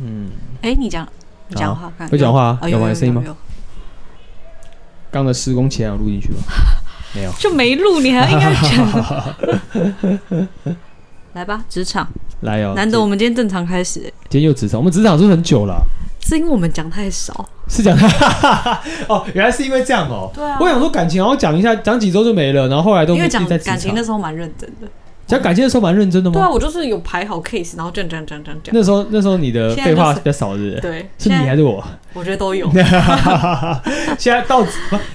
嗯，哎，你讲，你讲话看，会讲话啊哦要有不然有声音吗有有刚的施工前有啊录进去吗？没有。就没录，你还应该讲。 来吧，职场，来哦，难得我们今天正常开始，今天又职场，我们职场是不是很久了啊、是因为我们讲太少。是讲 哦，原来是因为这样哦。对啊我想说感情，然后讲一下，讲几周就没了，然后后来都因为自己讲在职感情场那时候蛮认真的。讲感情的时候蛮认真的对啊，吗？我就是有排好 case，然后这样这样这样这样这样。那时候那时候你的现在废话就是比较少，是不是？对，是你现在还 是我？我觉得都有。现在到不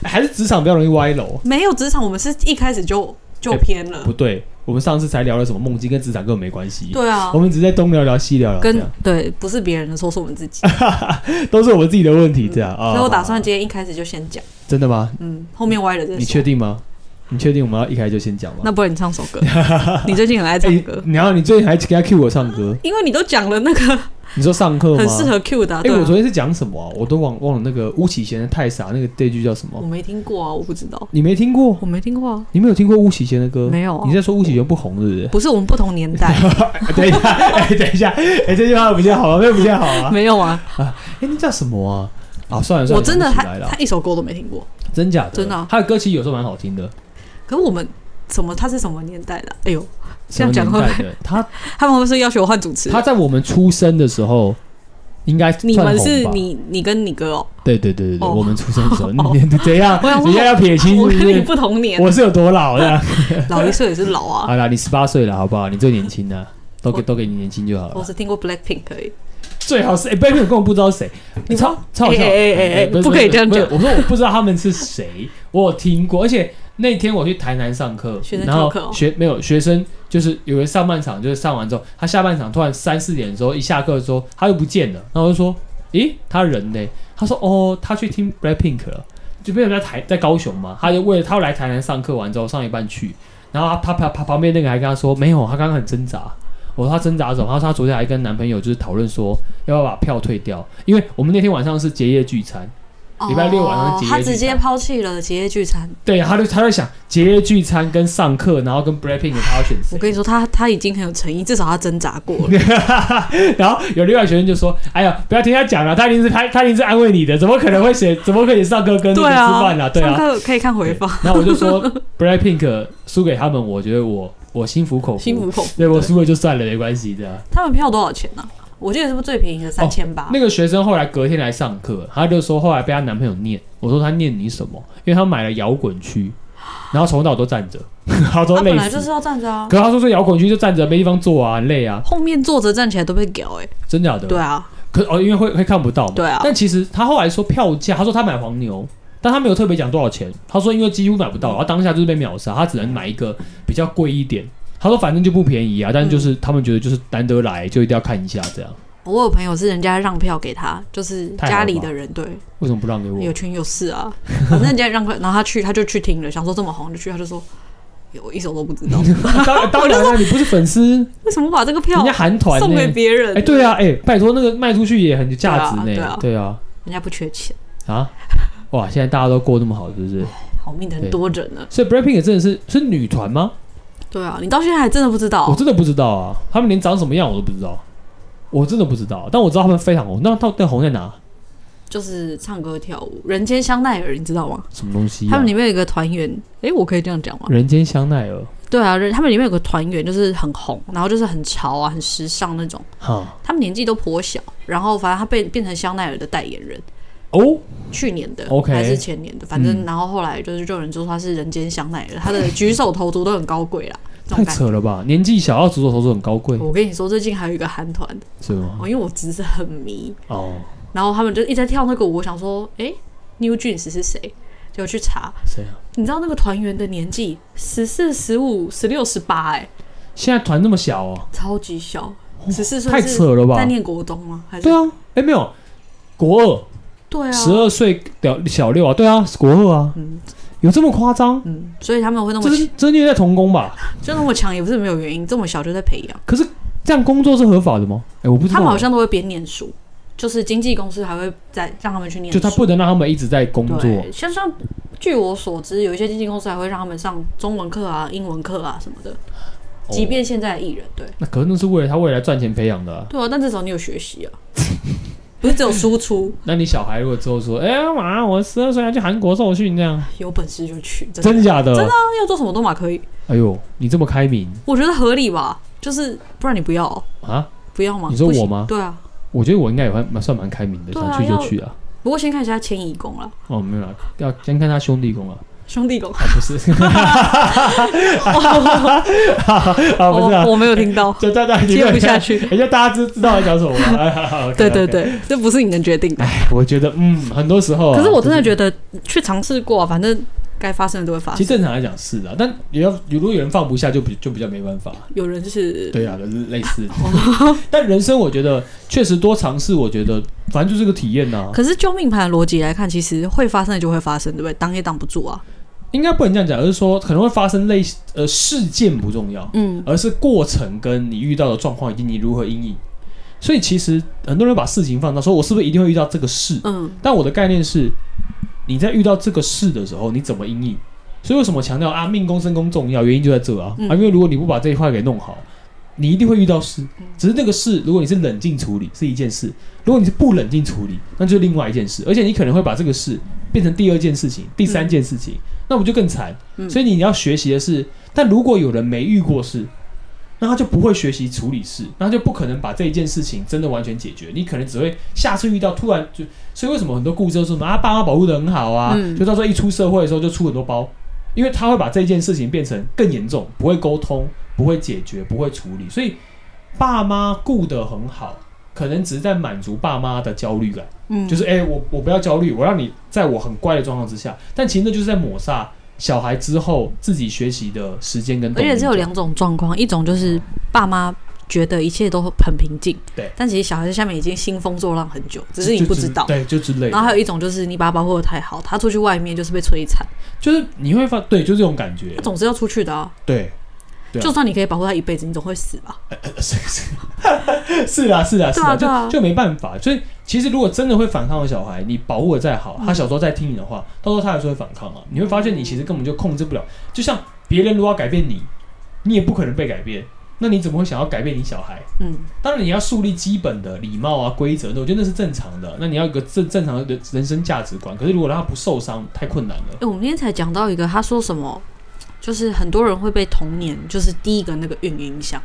还是职场比较容易歪楼？没有职场，我们是一开始就就哎偏了不。对，我们上次才聊了什么梦境，跟职场根本没关系。对啊我，们啊只是在东聊聊西聊聊，这跟样对不是别人的错，是我们自己。都是我们自己的问题，这样嗯啊。所以我打好算好今天一开始就先讲，好真的吗？嗯，后面歪了再说。你确？定吗？你确定我们要一开始就先讲吗？那不然你唱 首歌，你最近很爱唱歌，哎然后你最近还给他 Q 我唱歌，因为你都讲了那 个你说上课吗？很适合 Q 的啊、哎、对啊、我昨天是讲什么啊？我都忘忘了那个巫启贤的《太傻》那个这句叫什我么？没听过啊，我不知道，你没听过？我没听过啊，你没有听过巫启贤的歌？没有啊你在说巫启贤不红是不是？ 不是我们不同年代，等一下，哎、等一下，哎、这句话比较好啊，那比较好啊。没有啊，哎、那叫什么啊？啊，算了算了，我真的想不他起来了他，一首歌都没听过。真假的？真的啊他的歌其实有时候蛮好听的。可是我们什么？他是什么年代的啊？哎呦，这什样么讲年会不代的？他他们会不是要求我换主持人他？在我们出生的时候，应该你算们红是吧？你你跟你 哥哦，对对对对 对，哦我们出生的时候，你你怎样？我想说你现在要撇清我是跟不你是？不同年，我是有多老的？ 老一岁也是老 啊。好啦，你十八岁了，好不好？你最年轻的，都给我都给你年轻就好我了。只听过 Blackpink 而已，最好是哎，贝贝根本不知道谁，你超超好笑。哎哎哎哎不是不可以这样讲不是我说我不知道他们是谁，我有听过，而且那天我去台南上课学，生然翘后课哦学没有学生就是有个上半场就是上完之后，他下半场突然三四点的时候一下课的时候他就不见了，然后我就说，咦，他人呢？他说哦，他去听 Blackpink 了。就没有在台在高雄嘛，他就为了他要来台南上课完之后上一半去，然后他啪啪啪旁边那个还跟他说没有，他刚刚很挣扎。我说他挣扎什么？他说他昨天还跟男朋友就是讨论说要不要把票退掉，因为我们那天晚上是结业聚餐，礼拜六晚上结哦业他聚餐直接抛弃了结业聚餐。对，他就他就想结业聚餐跟上课，然后跟 Blackpink 他要选我谁？跟你说，他他已经很有诚意，至少他挣扎过了。 然后有另外一个学生就说：“哎呀，不要听他讲了，他一定是他他一定是安慰你的，怎么可能会选？ 怎么可以上课跟你吃对饭啊？对啊上， 课可以看回放，然后我就说 Blackpink 输给他们，我觉得我我心服口服，心服口服。对我输了就算了，没关系这样。他们票多少钱呢、我记得是不是最便宜的三千八？哦那个学生后来隔天来上课，她就说后来被她男朋友念，我说她念你什么？因为她买了摇滚区，然后从头到尾都站着， 她说他本累来就死。是要站着啊，可是她说这摇滚区就站着没地方坐啊，很累啊，后面坐着站起来都被屌哎、真假的？对啊，可哦，因为会会看不到嘛。对啊但其实她后来说票价，她说她买黄牛。但她没有特别讲多少钱，她说因为几乎买不嗯到，她当下就是被秒杀，她只能买一个比较贵一点。她说反正就不便宜啊，但是就是、他们觉得就是难得来，就一定要看一下这样。我有朋友是人家让票给他，就是太好了吧家里的人对，为什么不让给我？有权有势啊，反正人家让票， 然后他去他就去听了，想说这么红就去，他就说。我一首都不知 道，当当然啦，你不是粉丝，人为什么把这个票家韩团送呢给？别人？哎，对啊，哎，拜托那个卖出去也很有价值对呢啊。对啊，人家不缺钱，啊，哇，现在大家都过那么好，是不是？好命的人对多着呢。所以 Blackpink 真的是是女团吗？对啊，你到现在还真的不知道我，真的不知道啊，他们连长什么样我都不知道，我真的不知道。但我知道他们非常红，那到底红在哪？就是唱歌跳舞，《人间香奈儿》，你知道吗？什么东西啊、他们里面有一个团员，诶，我可以这样讲吗？人间香奈儿，对啊，人他们里面有个团员就是很红，然后就是很潮啊，很时尚那种。哈他们年纪都颇小，然后反正他被变成香奈儿的代言人，哦，去年的 OK 还是前年的，反正、嗯然后后来就是就有人就说他是人间香奈儿，他的举手投足都很高贵啦，这太种感觉。扯了吧！年纪小要左手投足很高贵，我跟你说，最近还有一个韩团，是吗？哦，因为我只是很迷，哦，然后他们就一直在跳那个舞，我想说，诶 n e w Jeans 是谁？就去查，谁啊？你知道那个团员的年纪十四、十五、十六、十八，哎，现在团那么小哦，超级小，十四岁太是扯了吧在？念国中吗？还是对啊，哎、没有，国二对啊，十二岁了小六啊，对啊，国二啊，嗯有这么夸张？嗯，所以他们会那么这是强这是虐待童工吧？就那么强，也不是没有原因，这么小就在培养，可是这样工作是合法的吗？哎、我不知道他啊，们好像都会边念书，就是经纪公司还会再让他们去念就书，他不能让他们一直在工作对，像像据我所知，有一些经纪公司还会让他们上中文课啊、英文课啊什么的，即哦便现在的艺人对。那可能是为了他未来赚钱培养的啊、对啊，但至少你有学习啊。 不是只有输出，那你小孩如果之后说，哎、妈，我十二岁要去韩国受训，这样有本事就去，真的真的假的？真的啊要做什么都嘛可以，哎呦，你这么开明我觉得合理吧，就是不然你不要哦啊！不要吗？你说不行我吗对啊，我觉得我应该也还蛮算蛮开明的，对啊想去就去啊。不过先看一下迁移宫啦，哦，没有啦，要先看他兄弟宫啊，兄弟宫，啊 不是啊不哦是啊哦我，我没有听 ，到就大家哦接不下去。人家哎大家知知道在讲什么 了。哎好好，OK，对对 OK 对，这不是你能决定的。我觉得嗯，很多时候啊、可是我真的就觉得去尝试过啊，反正该发生的都会发其生。实正常来讲是的，但也要如果有人放不下就，比就比较没办法。有人是对啊，类似。但人生我觉得确实多尝试，我觉得反正就是个体验呐、可是就命盘的逻辑来看，其实会发生的就会发生，对不对？挡也挡不住啊。应该不能这样讲，而是说可能会发生类似呃事件不重要，嗯，而是过程跟你遇到的状况以及你如何应应。所以其实很多人把事情放到说，我是不是一定会遇到这个事？嗯，但我的概念是，你在遇到这个事的时候，你怎么应应？所以为什么强调啊命宫身宫重要？原因就在这啊、嗯啊！因为如果你不把这一块给弄好，你一定会遇到事。只是那个事，如果你是冷静处理是一件事，如果你是不冷静处理，那就是另外一件事。而且你可能会把这个事变成第二件事情、第三件事情，那不就更惨？嗯所以你要学习的是，但如果有人没遇过事，那他就不会学习处理事，那他就不可能把这一件事情真的完全解决。你可能只会下次遇到突然就，所以为什么很多故事都说什么啊，爸妈保护的很好啊，嗯就到时候一出社会的时候就出很多包，因为他会把这件事情变成更严重，不会沟通，不会解决，不会处理，所以爸妈顾得很好。可能只是在满足爸妈的焦虑感，嗯，就是哎、我我不要焦虑，我让你在我很乖的状况之下，但其实那就是在抹杀小孩之后自己学习的时间跟而动力。且是有两种状况，一种就是爸妈觉得一切都很平静，对但其实小孩在下面已经兴风作浪很久，只是你不知道。对，就之类的。然后还有一种就是你把他保护的太好，他出去外面就是被摧残，就是你会发，对，就这种感觉他，总是要出去的啊。对，对啊就算你可以保护他一辈子，你总会死吧？呃是是是啦是啦是对啊啦，对啊就就没办法。所以其实如果真的会反抗的小孩，你保护的再好，嗯他小时候再听你的话，到时候他还是会反抗啊。你会发现你其实根本就控制不了，就像别人如果要改变你，你也不可能被改变，那你怎么会想要改变你小孩？嗯，当然，你要树立基本的礼貌啊、规则的，我觉得那是正常的。那你要有一个正正常的人生价值观。可是如果让他不受伤，太困难了哎、。我们今天才讲到一个，他说什么，就是很多人会被童年，就是第一个那个运影响。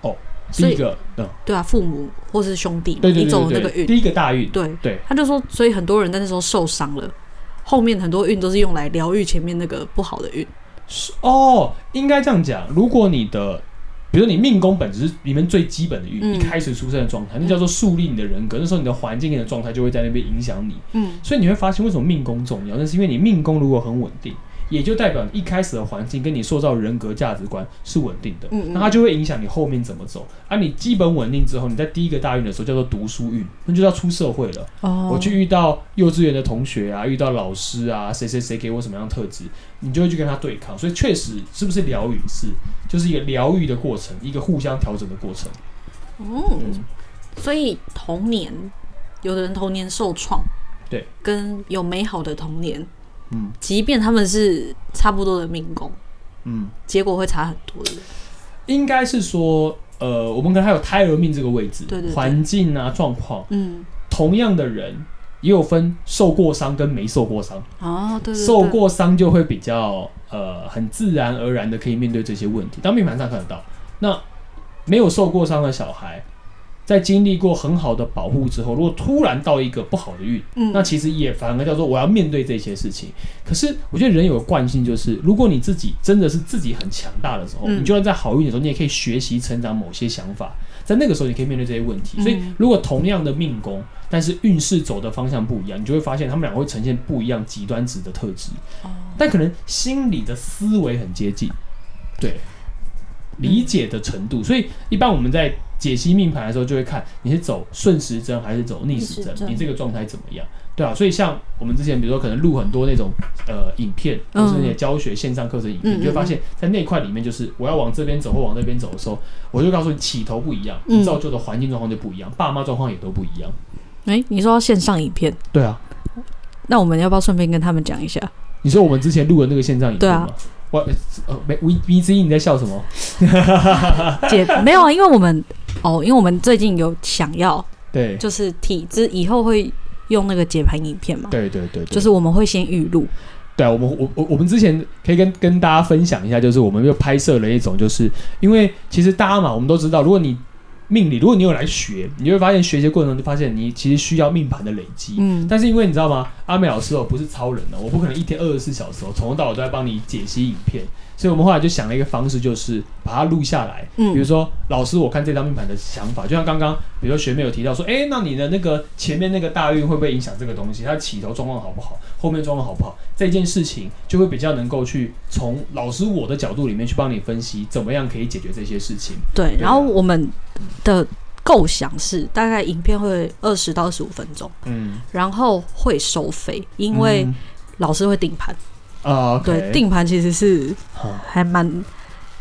哦，第所一以个，嗯，对啊，父母或是兄弟嘛，对对你对走的对那个对，运，第一个大运，对，对，他就说，所以很多人在那时候受伤了，后面很多运都是用来疗愈前面那个不好的运。是哦，应该这样讲。如果你的，比如说你命宫本质是里面最基本的运，嗯一开始出生的状态，那叫做树立你的人格。那时候你的环境、你的状态就会在那边影响你。嗯所以你会发现，为什么命宫重要？那是因为你命宫如果很稳定，也就代表你一开始的环境跟你塑造人格价值观是稳定的，嗯嗯那它就会影响你后面怎么走。而、你基本稳定之后，你在第一个大运的时候叫做读书运，那就要出社会了。哦我去遇到幼稚园的同学啊，遇到老师啊，谁谁谁给我什么样的特质，你就会去跟他对抗。所以确实，是不是疗愈是，就是一个疗愈的过程，一个互相调整的过程。嗯，所以童年，有的人童年受创，对，跟有美好的童年，嗯即便他们是差不多的命宫，嗯，结果会差很多的。应该是说，呃，我们可能还有胎儿命这个位置，对对对环境啊状况，嗯，同样的人也有分受过伤跟没受过伤。哦，对对对，受过伤就会比较呃很自然而然的可以面对这些问题，当命盘上看得到。那没有受过伤的小孩，在经历过很好的保护之后，如果突然到一个不好的运，嗯，那其实也反而叫做我要面对这些事情。可是我觉得人有个惯性，就是如果你自己真的是自己很强大的时候，嗯你就算在好运的时候，你也可以学习成长某些想法，在那个时候你可以面对这些问题。嗯所以如果同样的命宫，但是运势走的方向不一样，你就会发现他们两个会呈现不一样极端值的特质，哦但可能心理的思维很接近，对。嗯理解的程度，所以一般我们在解析命盘的时候，就会看你是走顺时针还是走逆时针逆时，针你这个状态怎么样。对啊，所以像我们之前，比如说可能录很多那种呃影片，或是那些教学线上课程影片，嗯你就会发现在那一块里面，就是我要往这边走或往那边走的时候，我就告诉你起头不一样，嗯你造就的环境状况就不一样，爸妈状况也都不一样。哎、你说到线上影片，对啊，那我们要不要顺便跟他们 讲一下？你说我们之前录的那个线上影对片啊吗？我呃没 V V 之音你在笑什么？姐没有啊，因为我们哦，因为我们最近有想要对就是体制以后会用那个节盘影片嘛，对对对，对就是我们会先预录，对啊，我们我我我们之前可以跟跟大家分享一下，就是我们又拍摄了一种，就是因为其实大家嘛，我们都知道，如果你命理，如果你有来学，你会发现学习过程中就发现你其实需要命盘的累积。嗯，但是因为你知道吗，阿美老师哦不是超人哦，我不可能一天二十四小时哦从头到尾都在帮你解析影片，所以我们后来就想了一个方式，就是把它录下来。嗯比如说老师，我看这张命盘的想法，就像刚刚，比如说学妹有提到说，哎、那你的那个前面那个大运会不会影响这个东西？它起头状况好不好，后面状况好不好？这件事情就会比较能够去从老师我的角度里面去帮你分析，怎么样可以解决这些事情。对对。然后我们的构想是大概影片会二十到二十五分钟，嗯，然后会收费，因为嗯老师会定盘。啊、嗯对，定盘其实是好，还蛮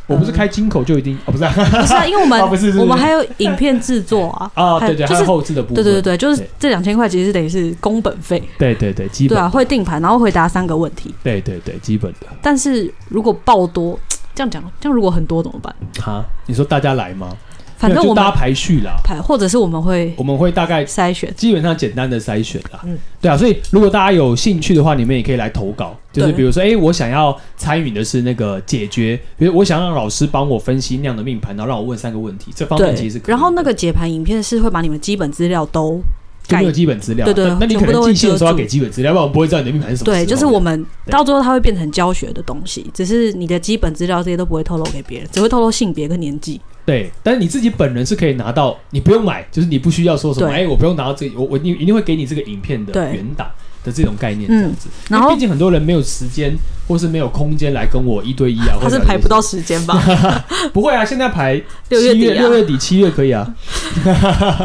我不是开金口就一定哦，不是啊，不是啊，因为我 们、啊不是是是，我们还有影片制作啊啊，对对，就还是有后置的部对分，对对对，就是对这两千块其实是等于是工本费，对对对，基对本啊，会定盘，然后回答三个问题。对对对，基本的。但是如果爆多，这样讲，这样如果很多怎么办？哈，你说大家来吗？反正没有我就大们家排序啦，排，或者是我们会我们会大概筛选，基本上简单的筛选啦。嗯对啊，所以如果大家有兴趣的话，你们也可以来投稿，就是对比如说，哎、我想要参与的是那个解决，比如我想让老师帮我分析那样的命盘，然后让我问三个问题，这方面其实是对可以。的然后那个解盘影片是会把你们基本资料都就没有改基本资料，对对那那你可全部能都会寄信的时候要遮住给基本资料，要不然我们不会知道你的命盘是什么时候的。对，就是我们对到最后它会变成教学的东西，只是你的基本资料这些都不会透露给别人，只会透露性别跟年纪。对，但是你自己本人是可以拿到，你不用买，就是你不需要说什么，对哎、我不用拿到这，我我一定一定会给你这个影片的对原档的这种概念，这嗯样子。因为然后毕竟很多人没有时间或是没有空间来跟我一对一啊，它或是者排不到时间吧？ 不会啊，现在排六月七底月啊六月底七月可以啊， 对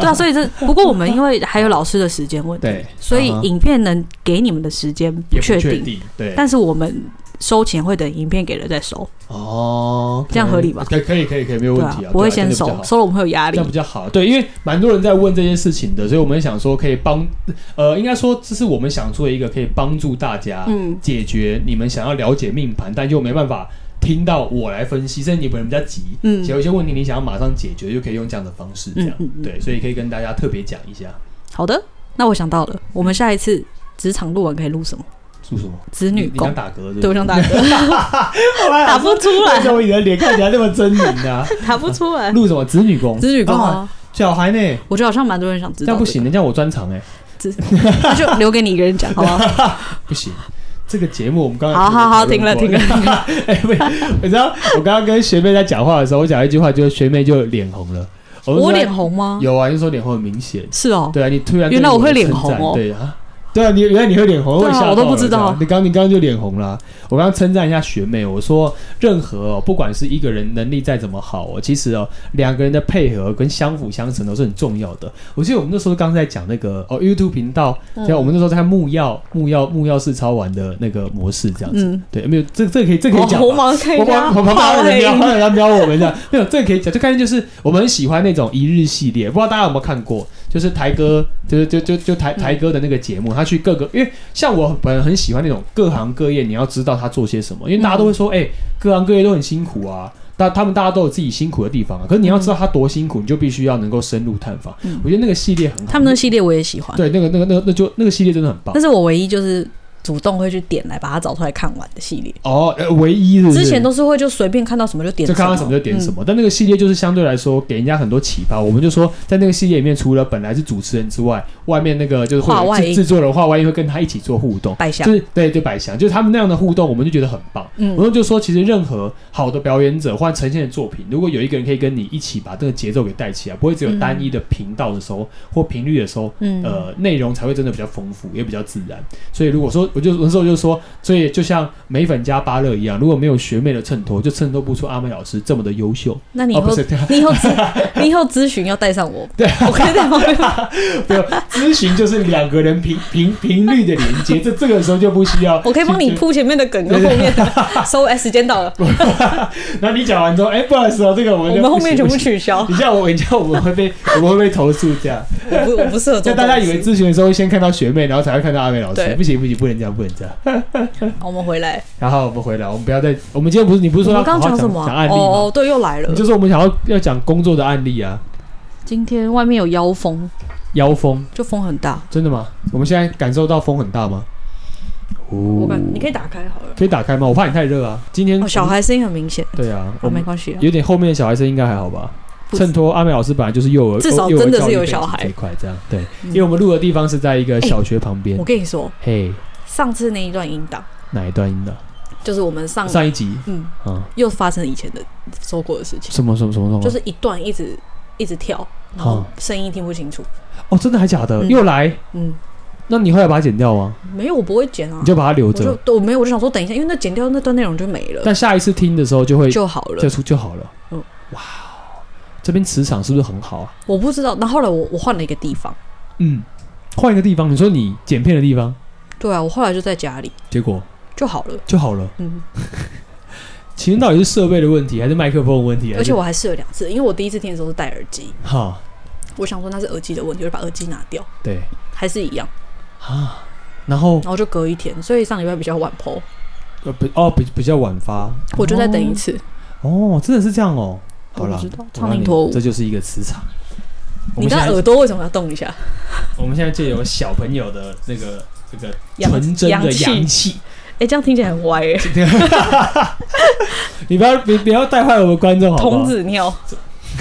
啊，所以这不过我们因为还有老师的时间问题，对，所以啊哈影片能给你们的时间也不不确定，定，对，但是我们收钱会等影片给了再收，哦，这样合理吧可以可以可以可以，没有对问啊题啊，不对会啊先收，。收了我们会有压这力样比。较好这样比较好，对，因为蛮多人在问这件事情的，所以我们想说可以帮，呃，应该说这是我们想做一个可以帮助大家，嗯，解决你们想要了解命盘，但又没办法听到我来分析，甚至你本人比较急，嗯有一些问题你想要马上解决，就可以用这样的方式，这样、嗯嗯嗯对，所以可以跟大家特别讲一下，好的，那我想到了，我们下一次职场录完可以录什么？是什么？子女你你工，想打嗝是不对，我是？想打 嗝， 打不出为什来，么你的脸看起来那么狰狞啊？打不出 来。录什么子女宫？子女工啊，啊，小孩呢？我觉得好像蛮多人想知这道、样不行，，人家我专长哎、那就留给你一个人讲，好不好？不行。这个节目我们刚好刚好好，停了有讨停了论过。停了， 哎、不是，你知道我刚刚跟学妹在讲话的时候，我讲一句话，就是学妹就脸红了。 我就说我脸红吗？有啊，你说脸红很明显。是哦，对啊，你突然原来对我会的脸称赞红哦对啊，对啊，你原来你会脸红，对啊也吓到我都不了知道这样你刚你刚刚就脸红了啊。我刚刚称赞一下学妹，我说任何哦，不管是一个人能力再怎么好哦，其实哦，两个人的配合跟相辅相成都是很重要的。我记得我们那时候刚才讲那个哦 YouTube 频道，嗯像、我们那时候在看木曜木曜木曜式超玩的那个模式这样子。嗯，对，没有这这个可以这个可以讲吧。红毛可 以我啊，旁我旁边有人黑瞄，旁边有人瞄我们这样，没有这个可以讲，这概念就是我们很喜欢那种一日系列，不知道大家有没有看过，就是台哥，就是就就就嗯台台哥的那个节目，他去各个，因为像我本人很喜欢那种各行各业，你要知道他做些什么，因为大家都会嗯说，哎、各行各业都很辛苦啊。但他们大家都有自己辛苦的地方啊，可是你要知道他多辛苦，你就必须要能够深入探访。嗯我觉得那个系列很好，他们那个系列我也喜欢，对那个那个那个那就那个系列真的很棒但是我唯一就是主动会去点来把它找出来看完的系列。哦，呃唯一是不是之前都是会就随便看到什么就点就么，嗯看到什么就点什么。但那个系列就是相对来说给人家很多启发。我们就说，在那个系列里面，除了本来是主持人之外，外面那个就是会画有外音制制作人画外音会跟他一起做互动嗯，百香就，是对对百祥，就是他们那样的互动，我们就觉得很棒。我嗯，们就说，其实任何好的表演者或呈现的作品，如果有一个人可以跟你一起把这个节奏给带起来，不会只有单一的频道的时候或频率的时候，嗯呃，内容才会真的比较丰富，也比较自然。所以如果说，我就那时候就说，所以就像美粉加芭乐一样，如果没有学妹的衬托，就衬托不出阿美老师这么的优秀。那你以哦，后不是， 对啊你以后咨 你以后咨询要带上 我，对，我可以在旁边。没有啊咨询就是两个人频频频率的连接，这这个时候就不需要。我可以帮你铺前面的 梗跟后面的，收哎，时间到了，然后你讲完之后，哎、不好意思哦，这个 我我们们就后不行面全不部行取消。你叫我，你叫我们会被我们会被投诉这样。我不，我不适合做这种就 事。大家以为咨询的时候，先看到学妹，然后才会看到阿美老师对。不行不行，不能这样，不能这样。好我们回来，然后我们回来，我们不要再，我们今天不是你不是我说要们刚刚好好讲什讲么讲啊？案例哦吗？哦，对，又来了你。就是我们想要要讲工作的案例啊。今天外面有妖风，妖风，就风很大。真的吗？我们现在感受到风很大吗？我哦感你可以打开好了。可以打开吗？我怕你太热啊。今天哦，小孩声音很明显，对啊，哦，我没们关系啊。有点后面的小孩声应该还好吧？不衬托阿美老师本来就是幼儿，至少幼幼儿真的是教育有背景小孩这一块，这样对，嗯哎因为我们录的地方是在一个小学旁边我。跟你说，嘿，上次那一段引导，哪一段音的？就是我们上上一集嗯，啊，又发生以前的说过的事情，什么什么什么什么？就是一段一直一直跳，然后声音听不清楚。哦，真的还假的？嗯又来？嗯，那你后来把它剪掉吗？没有，我不会剪啊你，就把它留我就着，对我没有，我就想说等一下，因为那剪掉那段内容就没了但下一次听的时候就会就好了再。出就好了。嗯哇，这边磁场是不是很好啊？我不知道，然后后来我我换了一个地方，嗯，换一个地方，你说你剪片的地方，对啊，我后来就在家里结果就好了。就好了。嗯，其实到底是设备的问题，还是麦克风的问题？而且我我还试了两次，因为我第一次听的时候是戴耳机，哈，我想说那是耳机的问题，我就把耳机拿掉，对还是一样，啊，然后然后就隔一天，所以上礼拜比较晚剖，呃比哦比比较晚发，我就再等一次。哦，真的是这样哦。好啦我不知道我让苍蝇你脱舞这就是一个磁场。我你们现的在耳朵为什么要动一下？我们现在借由小朋友的那个这个阳纯真的阳阳气，哎、这样听起来很歪哎、你不要别不要带坏我们观众好不好童？子尿，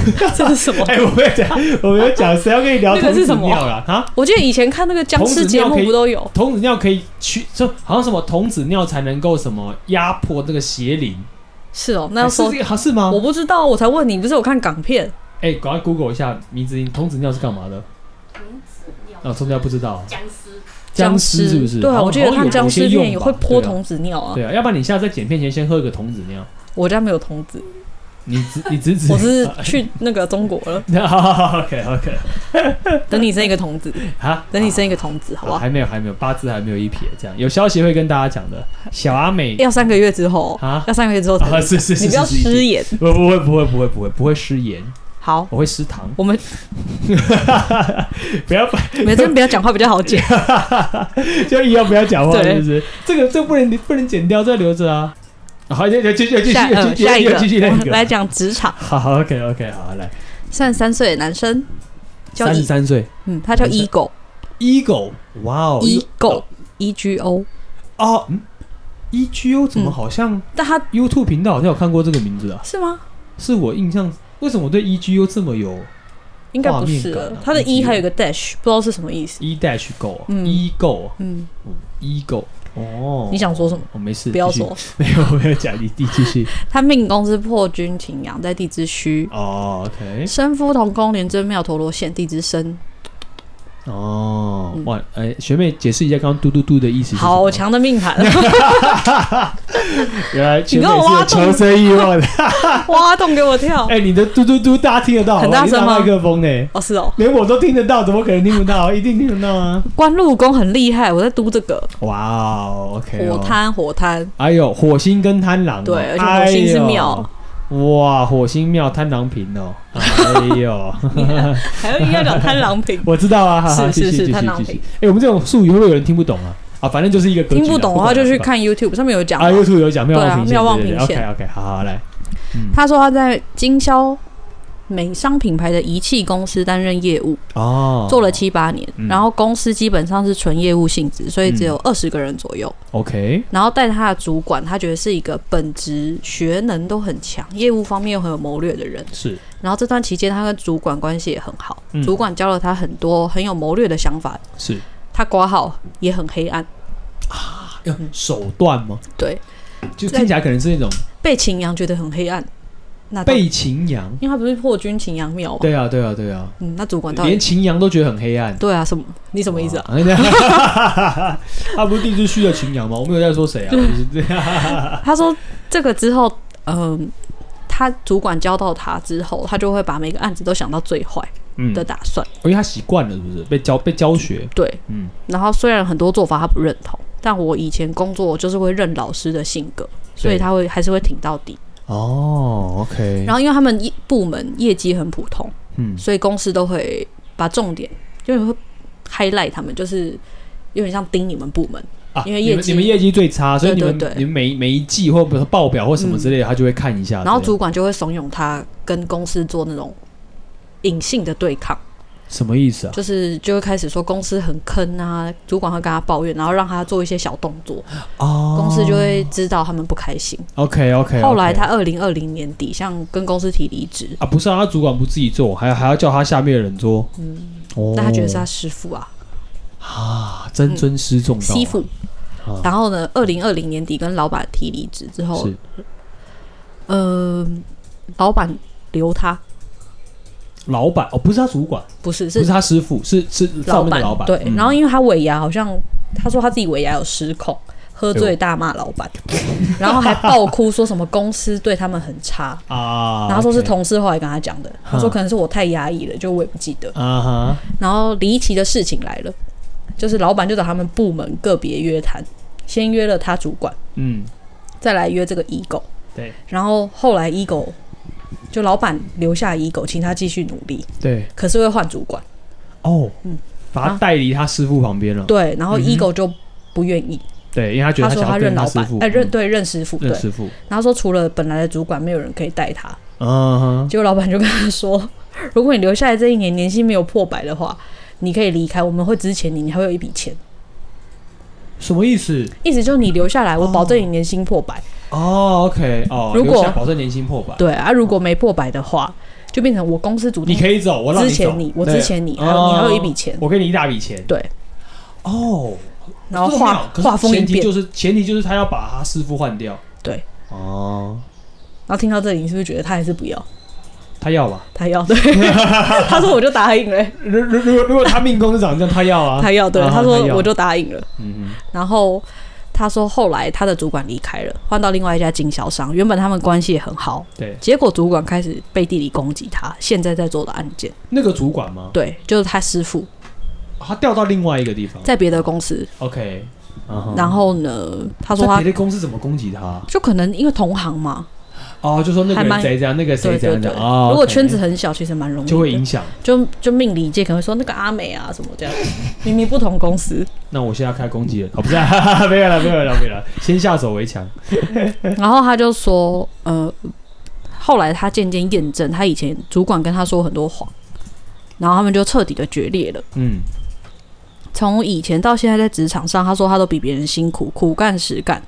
这是什么？ 哎、我没有讲，我没有讲，谁要跟你聊那个童是子什么尿啦？啊，我记得以前看那个僵尸节目不都有？童子尿可以去，就好像什么童子尿才能够什么压迫这个邪灵，哎是哦，那要是说这个好是吗我？不知道，我才问你，不是有看港片？哎、赶快 Google 一下迷之音，童子尿是干嘛的？啊，童子尿不知道啊，僵尸，僵尸是不是？对啊，好我记得看僵尸片也会泼。好像有有些用吧童子尿啊。对啊对啊，要不然你下次在剪片前先喝个童子尿，我家没有童 子，你只你只 只我 是去那个中国了。 OK OK 等你生一个童子，啊，等你生一个童子，好不好，好？还没有还没有八字还没有一撇，这样有消息会跟大家讲的。小阿美要三个月之后啊要三个月之后才啊，是是是，你不要是是是失言。不不会不会不会不会不会失言，好，我会失糖。我们 不要 把每次不要讲话比较好解。就以后不要讲话，对是不是？这个这个不能不能剪掉，再留着啊。好，继续继续继续下继呃续下一个继续，我那们 个来。讲职场。好好，OK OK，好来，三十三岁的男生叫三十伊，三岁嗯，他叫男生 Ego ，ego，哇哦 Ego E G O，哦，嗯，ego 怎么好像但他 YouTube 频道好像有看过这个名字啊？是吗？是我印象，为什么我对 ego 这么有应该不是画面了感啊。它的你记 “e” 得还有一个 dash，不知道是什么意思。 e dash go 嗯 ego 嗯， ego 哦？你想说什么？哦，没事，不要继续说。。 没有没有讲你你继续他命宫是破军擎羊，在地支虚，哦，OK，身夫同宫廉贞庙陀罗县地支申。哦，嗯哇，哎，学妹解释一下刚刚嘟嘟嘟的意思是什么。好强的命 盘，原来学你妹跟我是挖洞有求生欲 望的。挖洞给我跳。哎，你的嘟嘟嘟大家听得到，很大好不好声吗你大麦克风呢？哦，是哦，连我都听得到，怎么可能听不到？一定听得到啊！官禄宫很厉害，我在读这个哇哦，OK，火哦贪火贪，哎呦，火星跟贪狼哦，对而且火星是庙哎呦，哇，火星庙贪狼平哦，哎呦，，还要硬要讲贪狼品我知道啊，哈哈，是继是续是继续贪狼继品续。哎，我们这种术语会不会有人听不懂啊？啊，反正就是一个格局啦 听不懂的话管就啦去不管看 YouTube 上面有讲啊。嘛。 YouTube 有讲妙对啊望平妙望平 OK 线 OK，好好来，他说他在经销美商品牌的仪器公司担任业务，哦，做了七八年，嗯然后公司基本上是纯业务性质，所以只有二十个人左右。 OK，然后带他的主管，他觉得是一个本职学能都很强，业务方面又很有谋略的人。是然后这段期间，他跟主管关系也很好，嗯主管教了他很多很有谋略的想法。是，他挂号也很黑暗，要手段吗？对，就听起来可能是那种被秦阳觉得很黑暗。那他被秦阳，因为他不是破军秦阳庙嘛，对啊对啊对啊，嗯，那主管到连底秦阳都觉得很黑暗。对啊什么？你什么意思啊？啊？ 他不是地质虚的群羊吗？我没有在说谁啊，就是这样。他说这个之后，嗯、他主管交到他之后，他就会把每个案子都想到最坏嗯，的打算。因为他习惯了，是不是被教被教学？对，嗯，然后虽然很多做法他不认同，但我以前工作就是会认老师的性格，所以他会还是会挺到底。哦，OK，然后因为他们业部门业绩很普通，嗯，所以公司都会把重点就是会 highlight 他们，就是有点像盯你们部门。啊，因为业绩你们你们业绩最差，所以你们对对对嗯你们每每一季或者报表或什么之类的，他就会看一下。然后这样主管就会怂恿他跟公司做那种隐性的对抗，什么意思啊？就是就会开始说公司很坑啊，主管会跟他抱怨，然后让他做一些小动作，哦，公司就会知道他们不开心。 OK OK。后来他二零二零年底向跟公司提离职，啊，不是啊，他主管不自己做，还还要叫他下面的人做。嗯，哦，那他觉得是他师傅啊，啊，真尊师重道啊、师傅。啊然后呢，二零二零年底跟老板提离职之后，是呃，老板留他，老板哦，不是他主管，不是不是是他师傅，是是上老面的板，老板。对。嗯然后因为他尾牙好像他说他自己尾牙有失控，喝醉大骂老板，然后还爆哭说什么公司对他们很差，啊，然后说是 OK 同事后来跟他讲的，他说嗯可能是我太压抑了，就我也不记得。啊哈，然后离奇的事情来了，就是老板就找他们部门个别约谈，先约了他主管，嗯，再来约这个 e 狗，对然后后来 e 狗就老板留下 e 狗，请他继续努力，对可是会换主管，哦，嗯把他带离他师傅旁边了。对，然后嗯哼 e 狗就不愿意，对，因为他觉得他说想要认跟老师板傅，，哎、认嗯对认师傅，对认，师傅，然后说除了本来的主管，没有人可以带他，嗯哼，结果老板就跟他说， 如果你留下来这一年年薪没有破百的话，你可以离开，我们会支钱你，你还会有一笔钱，什么意思？意思就是你留下来，我哦保证你年薪破百。哦，OK，哦，如果留下保证年薪破百，对啊，如果没破百的话，就变成我公司主动你可以走，我让之你走前你，我对之前你，还有哦你还有一笔钱，我给你一大笔钱。对，哦，然后这么画妙可是画风一前提变就。是前提就是他要把他师傅换掉。对，哦，然后听到这里，你是不是觉得他还是不要？他要吧？他要对， 他说我就答应了，如如如果如果他命宫是长这样，他要 啊。他要对，啊他他说要我就答应了。嗯然后他说后来他的主管离开了，换到另外一家经销商，原本他们关系也很好，哼，对，结果主管开始背地里攻击他，现在在做的案件，那个主管吗？对，就是他师傅他调到另外一个地方。在别的公司， OK，嗯哼然后呢，他说在他别的公司怎么攻击他？就可能因为同行嘛，哦，就说那个还蛮人谁这样，那个谁对这对样对，讲啊。哦如果 OK 圈子很小，其实蛮容易的就会影响。就就命理界可能会说那个阿美啊什么这样，明明不同公司。那我现在要开攻击人，哦，不是 啊，没有了，没有了，没有了，先下手为强。然后他就说，呃，后来他渐渐验证，他以前主管跟他说很多谎，然后他们就彻底的决裂了。嗯，从以前到现在，在职场上，他说他都比别人辛苦，苦干实干，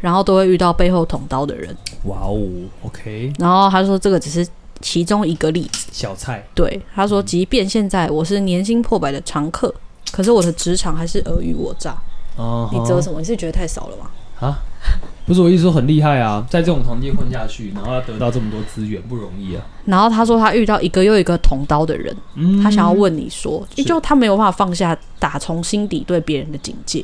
然后都会遇到背后捅刀的人。哇哦，OK，然后他说这个只是其中一个例子。小菜对，他嗯说即便现在我是年薪破百的常客，可是我的职场还是尔虞我诈。哦你折什么？你是觉得太少了吗？不是我意思说很厉害啊，在这种行业混下去，然后要得到这么多资源不容易啊。然后他说他遇到一个又一个捅刀的人，嗯他想要问你说，是就他没有办法放下打从心底对别人的警戒。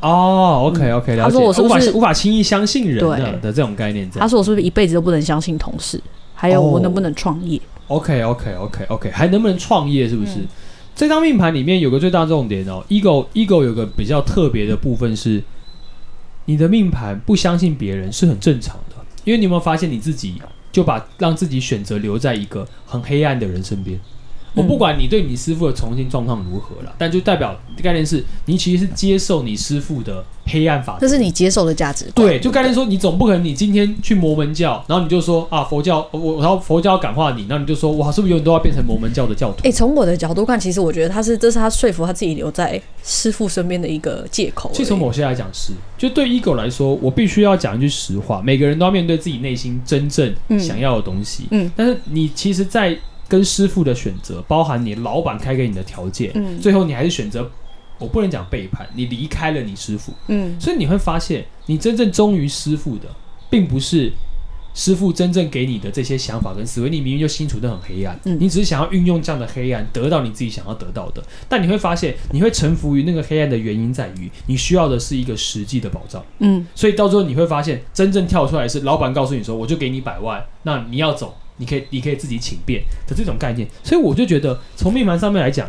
哦，OK OK，了嗯解。他说我是不无法是无法轻易相信人的对的这种概念在他？说我是不是一辈子都不能相信同事？还有哦我能不能创业？ OK OK OK OK，还能不能创业？是不嗯是？这张命盘里面有个最大重点哦，ego ego 有个比较特别的部分是，你的命盘不相信别人是很正常的，因为你有没有发现你自己就把让自己选择留在一个很黑暗的人身边？嗯我不管你对你师傅的重新状况如何了，但就代表概念是你其实是接受你师傅的黑暗法则这。是你接受的价值观。对，就概念说，你总不可能你今天去摩门教，然后你就说啊佛教，我然后佛教感化你，然后你就说哇，是不是永远都要变成摩门教的教徒？哎，从我的角度看，其实我觉得他是这是他说服他自己留在师傅身边的一个借口而已。其实从某些来讲是，就对 ego 来说，我必须要讲一句实话，每个人都要面对自己内心真正嗯想要的东西。嗯但是你其实，在跟师傅的选择，包含你老板开给你的条件，嗯最后你还是选择，我不能讲背叛，你离开了你师傅，嗯所以你会发现，你真正忠于师傅的，并不是师傅真正给你的这些想法跟思维。你明明就清楚的很黑暗，嗯你只是想要运用这样的黑暗，得到你自己想要得到的。但你会发现，你会臣服于那个黑暗的原因在于，你需要的是一个实际的保障。嗯所以到最后你会发现，真正跳出来是老板告诉你说，我就给你百万，那你要走，你可以你可以自己请便的这种概念。所以我就觉得，从命盘上面来讲，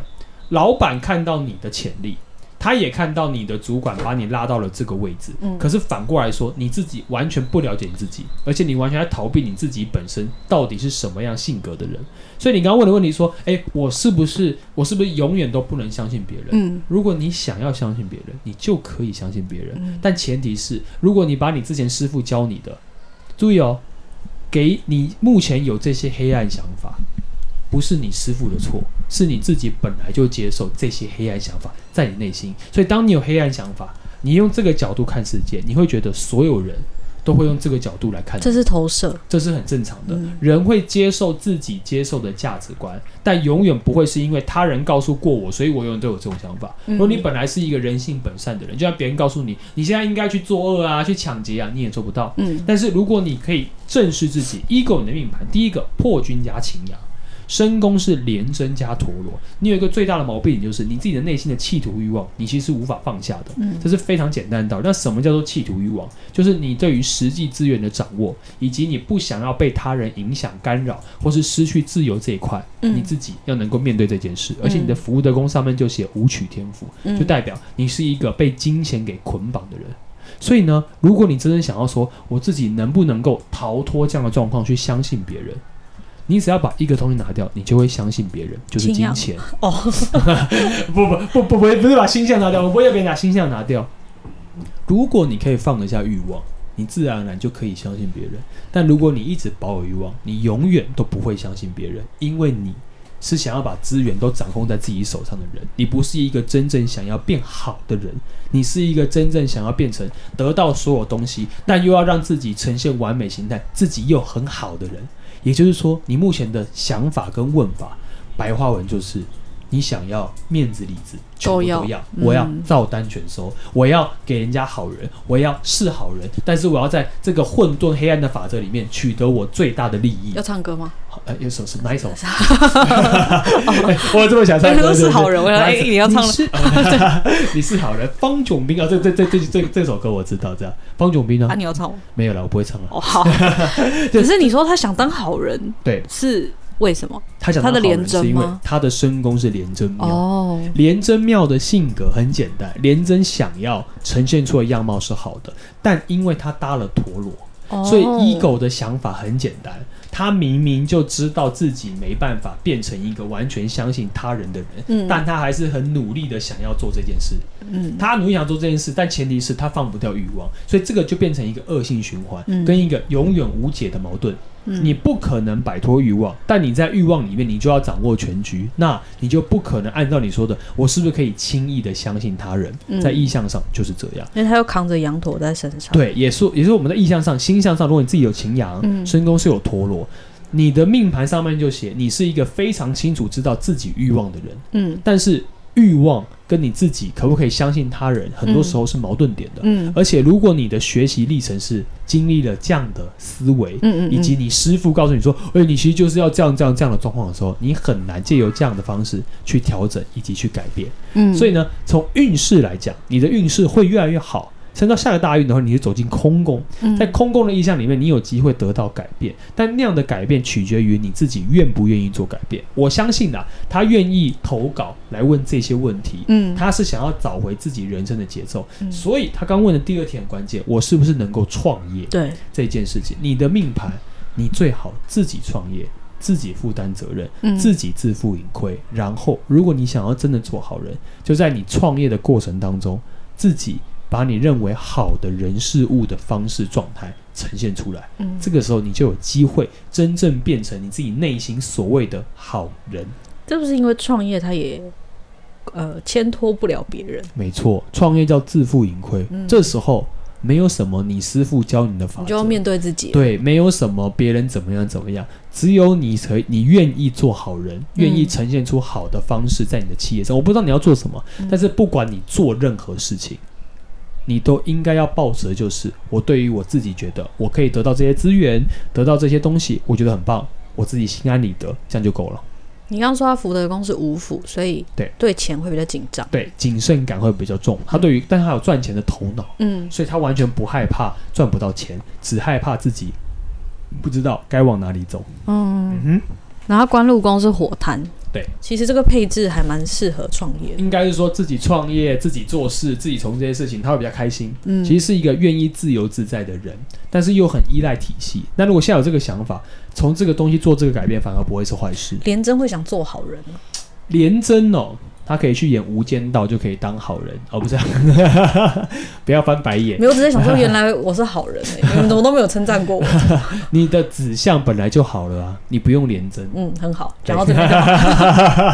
老板看到你的潜力，他也看到你的主管把你拉到了这个位置。嗯可是反过来说，你自己完全不了解你自己，而且你完全在逃避你自己本身到底是什么样性格的人。所以你刚刚问的问题说，诶，我是不是我是不是永远都不能相信别人？嗯如果你想要相信别人，你就可以相信别人，嗯但前提是，如果你把你之前师傅教你的，注意哦，给你目前有这些黑暗想法，不是你师傅的错，是你自己本来就接受这些黑暗想法在你内心。所以，当你有黑暗想法，你用这个角度看世界，你会觉得所有人都会用这个角度来看你这是投射，这是很正常的。嗯人会接受自己接受的价值观，但永远不会是因为他人告诉过我，所以我永远都有这种想法。嗯如果你本来是一个人性本善的人，就像别人告诉你，你现在应该去作恶啊，去抢劫啊，你也做不到。嗯但是如果你可以正视自己，ego 你的命盘，第一个破军加擎羊，申宫是廉贞加陀螺。你有一个最大的毛病，就是你自己的内心的企图欲望，你其实是无法放下的。嗯这是非常简单的道理。那什么叫做企图欲望？就是你对于实际资源的掌握，以及你不想要被他人影响、干扰，或是失去自由这一块，嗯你自己要能够面对这件事。而且你的服务德宫上面就写武曲天赋，就嗯代表你是一个被金钱给捆绑的人。所以呢，如果你真正想要说我自己能不能够逃脱这样的状况，去相信别人，你只要把一个东西拿掉，你就会相信别人，就是信金仰钱。哦， 不不不不不不是把星象拿掉，我不会要别人把星象拿掉。如果你可以放得下欲望，你自然而然就可以相信别人。但如果你一直保有欲望，你永远都不会相信别人，因为你是想要把资源都掌控在自己手上的人，你不是一个真正想要变好的人，你是一个真正想要变成得到所有东西，但又要让自己呈现完美形态，自己又很好的人。也就是说，你目前的想法跟问法，白话文就是你想要面子里子全部都都要要，我要嗯照单全收，我要给人家好人，我要是好人，但是我要在这个混沌黑暗的法则里面取得我最大的利益嗯要。唱歌吗？好呃，有首是哪一首？ 哎我这 么想唱歌，都是好人我想哪哎一首你要唱了是你是 好人，方炯斌啊，这这这这这这首歌我知道，这样方炯斌啊，啊，你要唱吗？没有了，我不会唱了。 哦，好。可是你说他想当好人对是为什么？他讲他的好人廉贞是因为吗他的身宫是廉贞庙，哦，廉贞庙的性格很简单，廉贞想要呈现出的样貌是好的，但因为他搭了陀螺，哦所以 ego 的想法很简单，他明明就知道自己没办法变成一个完全相信他人的人，嗯但他还是很努力的想要做这件事。嗯他努力想做这件事，但前提是他放不掉欲望，所以这个就变成一个恶性循环，嗯跟一个永远无解的矛盾。嗯你不可能摆脱欲望，但你在欲望里面，你就要掌握全局，那你就不可能按照你说的，我是不是可以轻易的相信他人？嗯在意向上就是这样。因为他又扛着羊驼在身上，，对，也是也是我们的意向上、星象上，如果你自己有擎羊，嗯身宫是有陀螺，你的命盘上面就写你是一个非常清楚知道自己欲望的人，嗯但是欲望跟你自己可不可以相信他人，很多时候是矛盾点的。嗯而且，如果你的学习历程是经历了这样的思维，嗯嗯，以及你师傅告诉你说，哎、你其实就是要这样这样这样的状况的时候，你很难借由这样的方式去调整以及去改变。嗯，所以呢，从运势来讲，你的运势会越来越好。升到下个大运的话，你就走进空宫，嗯在空宫的意象里面，你有机会得到改变，但那样的改变取决于你自己愿不愿意做改变。我相信啊，他愿意投稿来问这些问题，嗯他是想要找回自己人生的节奏，嗯所以他刚问的第二题很关键，我是不是能够创业？对，这件事情，你的命盘，你最好自己创业，自己负担责任，嗯自己自负盈亏。然后，如果你想要真的做好人，就在你创业的过程当中，自己把你认为好的人事物的方式状态呈现出来。嗯这个时候，你就有机会真正变成你自己内心所谓的好人。这不是因为创业他也呃牵拖不了别人，没错，创业叫自负盈亏。嗯这时候没有什么你师傅教你的法你就则要，面对自己，对，没有什么别人怎么样怎么样，只有你可以你愿意做好人，愿意嗯呈现出好的方式在你的企业上。我不知道你要做什么，嗯但是不管你做任何事情，你都应该要抱持的就是我对于我自己觉得我可以得到这些资源，得到这些东西，我觉得很棒，我自己心安理得，这样就够了。你刚刚说他福德宫是五府，所以对对钱会比较紧张，对，谨慎感会比较重。他对于，但他有赚钱的头脑，嗯所以他完全不害怕赚不到钱，只害怕自己不知道该往哪里走。嗯，嗯哼。然后官禄宫是火炭，对，其实这个配置还蛮适合创业的，应该是说自己创业、自己做事、自己从这些事情，他会比较开心。嗯，其实是一个愿意自由自在的人，但是又很依赖体系。那如果现在有这个想法，从这个东西做这个改变，反而不会是坏事。连真会想做好人，廉贞哦，他可以去演《无间道》，就可以当好人哦，不是，啊 不要翻白眼。没有，我只是想说，原来我是好 人、欸，你们怎么都没有称赞过我？你的指向本来就好了啊，你不用连针。嗯，很好，讲到这 边就好，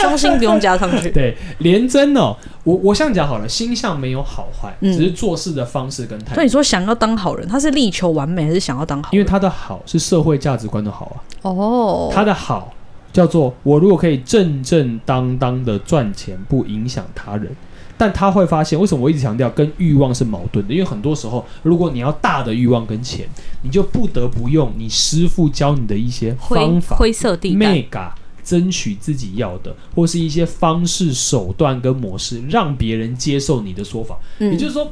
凶心不用加上去。对，连针哦，我我这样讲好了，星象没有好坏，嗯只是做事的方式跟态度那。你说想要当好人，他是力求完美，还是想要当好人？因为他的好是社会价值观的好啊，哦，他的好叫做我如果可以正正当当的赚钱，不影响他人。但他会发现，为什么我一直强调跟欲望是矛盾的？因为很多时候，如果你要大的欲望跟钱，你就不得不用你师傅教你的一些灰方法、灰色地带， mega 争取自己要的，或是一些方式、手段跟模式，让别人接受你的说法。嗯也就是说，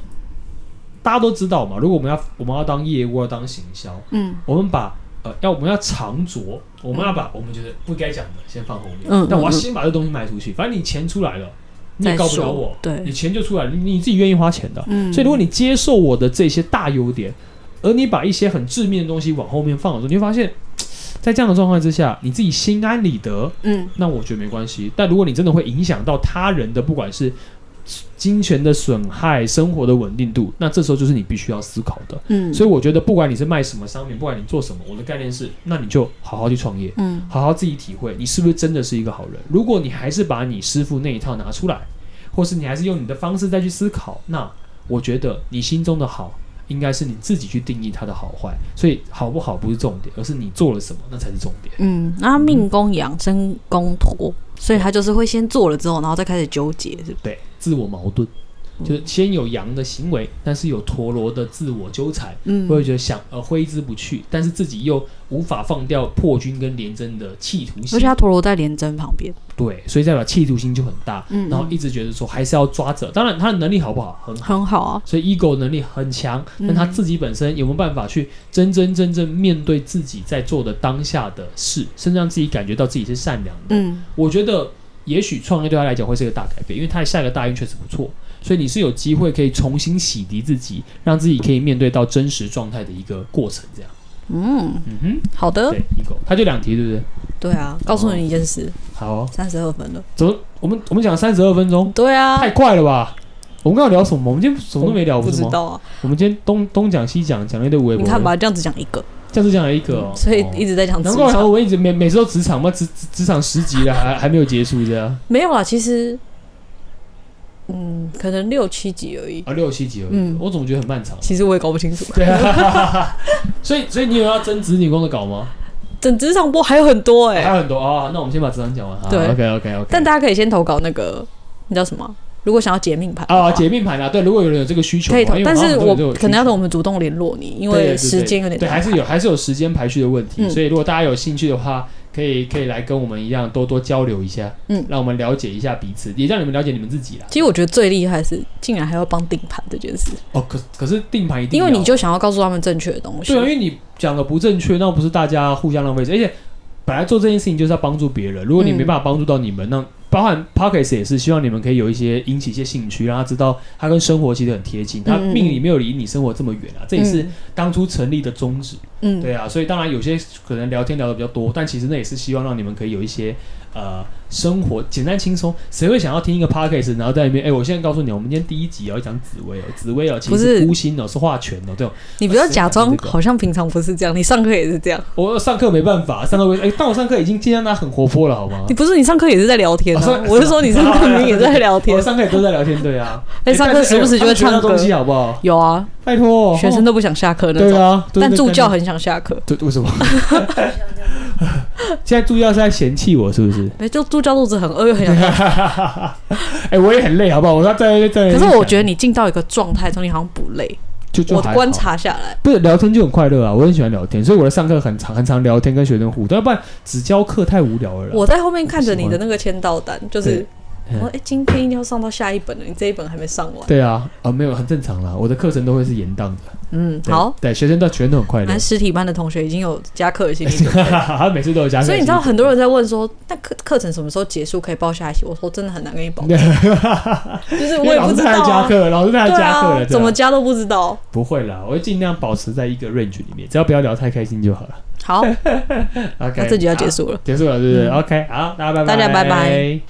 大家都知道嘛，如果我们要我们要当业务，要当行销，嗯我们把呃要我们要长着，我们要把我们觉得不该讲的先放后面，嗯但我要嗯嗯先把这东西卖出去，反正你钱出来了，你也再告不说了我，对你钱就出来了，你你自己愿意花钱的，嗯所以如果你接受我的这些大优点，而你把一些很致命的东西往后面放的时候，你会发现。在这样的状况之下，你自己心安理得，嗯那我觉得没关系。但如果你真的会影响到他人的，不管是金钱的损害、生活的稳定度，那这时候就是你必须要思考的。嗯，所以我觉得，不管你是卖什么商品，不管你做什么，我的概念是，那你就好好去创业，嗯好好自己体会，你是不是真的是一个好人。如果你还是把你师傅那一套拿出来，或是你还是用你的方式再去思考，那我觉得你心中的好。应该是你自己去定义它的好坏，所以好不好不是重点，而是你做了什么，那才是重点。嗯，那他命宫养生宫陀，所以他就是会先做了之后，然后再开始纠结，是不是对，自我矛盾，就是先有羊的行为，但是有陀螺的自我纠缠，嗯会觉得想呃挥之不去，但是自己又无法放掉破军跟廉贞的企图而心且，他陀螺在廉贞旁边，对，所以代表企图心就很大，嗯然后一直觉得说还是要抓着，当然他的能力好不好很好。很好啊。所以 ego 能力很强，嗯但他自己本身有没有办法去真真正正面对自己在做的当下的事，甚至让自己感觉到自己是善良的？嗯我觉得也许创业对他来讲会是一个大改变，因为他下一个大运确实不错，所以你是有机会可以重新洗涤自己，让自己可以面对到真实状态的一个过程。这样，嗯，嗯好哼，的对，，哦一狗，他就两题，对不对？对啊，告诉你一件事，好哦，三十二分了。怎么我们我们讲三十二分钟，对啊，太快了吧？我们刚刚聊什么？我们今天什么都没聊，不是知吗？道啊。我们今天东东讲西讲，讲了一堆微博。你看吧，这样子讲一个，这样子讲了一 个、哦，所以一哦直在讲职难怪我想场说我一直每每次都职场嘛，职职职场十集了，还还没有结束啊这样没有啦，其实，嗯，可能六七集而已。啊，六七集而已。嗯我总觉得 很漫长。其实我也搞不清楚，对啊，所以所以你有要争子女工的稿吗？整职场播还有很多哎、还有很多啊、那我们先把职场讲完。对，OK OK OK。但大家可以先投稿那个，你知道什么？啊如果想要解命盘的话啊，解命盘啊，对，如果有人有这个需求嘛，可以投因为，但好像是很多我人都有需求可能要等我们主动联络你，因对对为对时间有点对，还难是有还是有时间排序的问题，嗯所以如果大家有兴趣的话，可以可以来跟我们一样多多交流一下，嗯让我们了解一下彼此，也让你们了解你们自己啦。其实我觉得最厉害的是，竟然还要帮定盘这件事，哦，可可是定盘一定因要为你就想要告诉他们正确的东西对啊，因。为你讲的不正确，那不是大家互相浪费时间，而且本来做这件事情就是要帮助别人，如果你嗯没办法帮助到你们，那包含 p o c k e t 也是希望你们可以有一些引起一些兴趣，让他知道他跟生活其实很贴近，他嗯嗯命里没有离你生活这么远啊，这也是当初成立的宗旨。嗯，嗯对啊，所以当然有些可能聊天聊的比较多，但其实那也是希望让你们可以有一些呃生活简单轻松。谁会想要听一个 podcast，然后在里面？哎、我现在告诉你，我们今天第一集哦要讲紫薇哦，紫薇哦，其不实是孤星哦，是化权哦，这种。你不要假装谁敢这个好像平常不是这样，你上课也是这样，我上课没办法，上课会哎、但我上课已经尽量让他很活泼了，好 吗你？不是你上课也是在聊天哦上啊？我是说你上课明明也在聊我天，哦上课也都在聊天，对啊。 哎上课但是时不时就会哎他们学到唱歌东西，好不好？有啊，拜托，学生都不想下课那对种，啊，但助教很很想下课。对，为什么？ 现在助教是在嫌弃我，是不是？哎，就助教肚子很饿又很想啊下课， 哎、我也很累，好不好？我要在在。可是我觉得得你进到一个状态中，你好像不累。就就我还好观察下来，不是聊天就很快乐啊，我很喜欢聊天，所以我的上课很常很常聊天跟学生互动，要不然只教课太无聊了啦。我在后面看着你的那个签到单，就是嗯我说哎，今天一定要上到下一本了，你这一本还没上完。对啊，啊没有很正常啦，我的课程都会是延宕的。嗯，对好，，对学生到学生都很快乐 男，实体班的同学已经有加课的心理准备了。他每次都有 加课，所以你知道很多 人在问说，那课课程什么时候结束可以报下一期？我说真的很难跟你保证，就是因我为也老不师知太道加啊，课了，老师太对加课了，啊，对啊怎么加都不知道。不会啦？我会尽量保持在一个 range 里面，只要不要聊太开心就好了。 好， OK，那这集要结好，束了。嗯结束了，是不是？OK，好，大家拜大拜，家拜拜。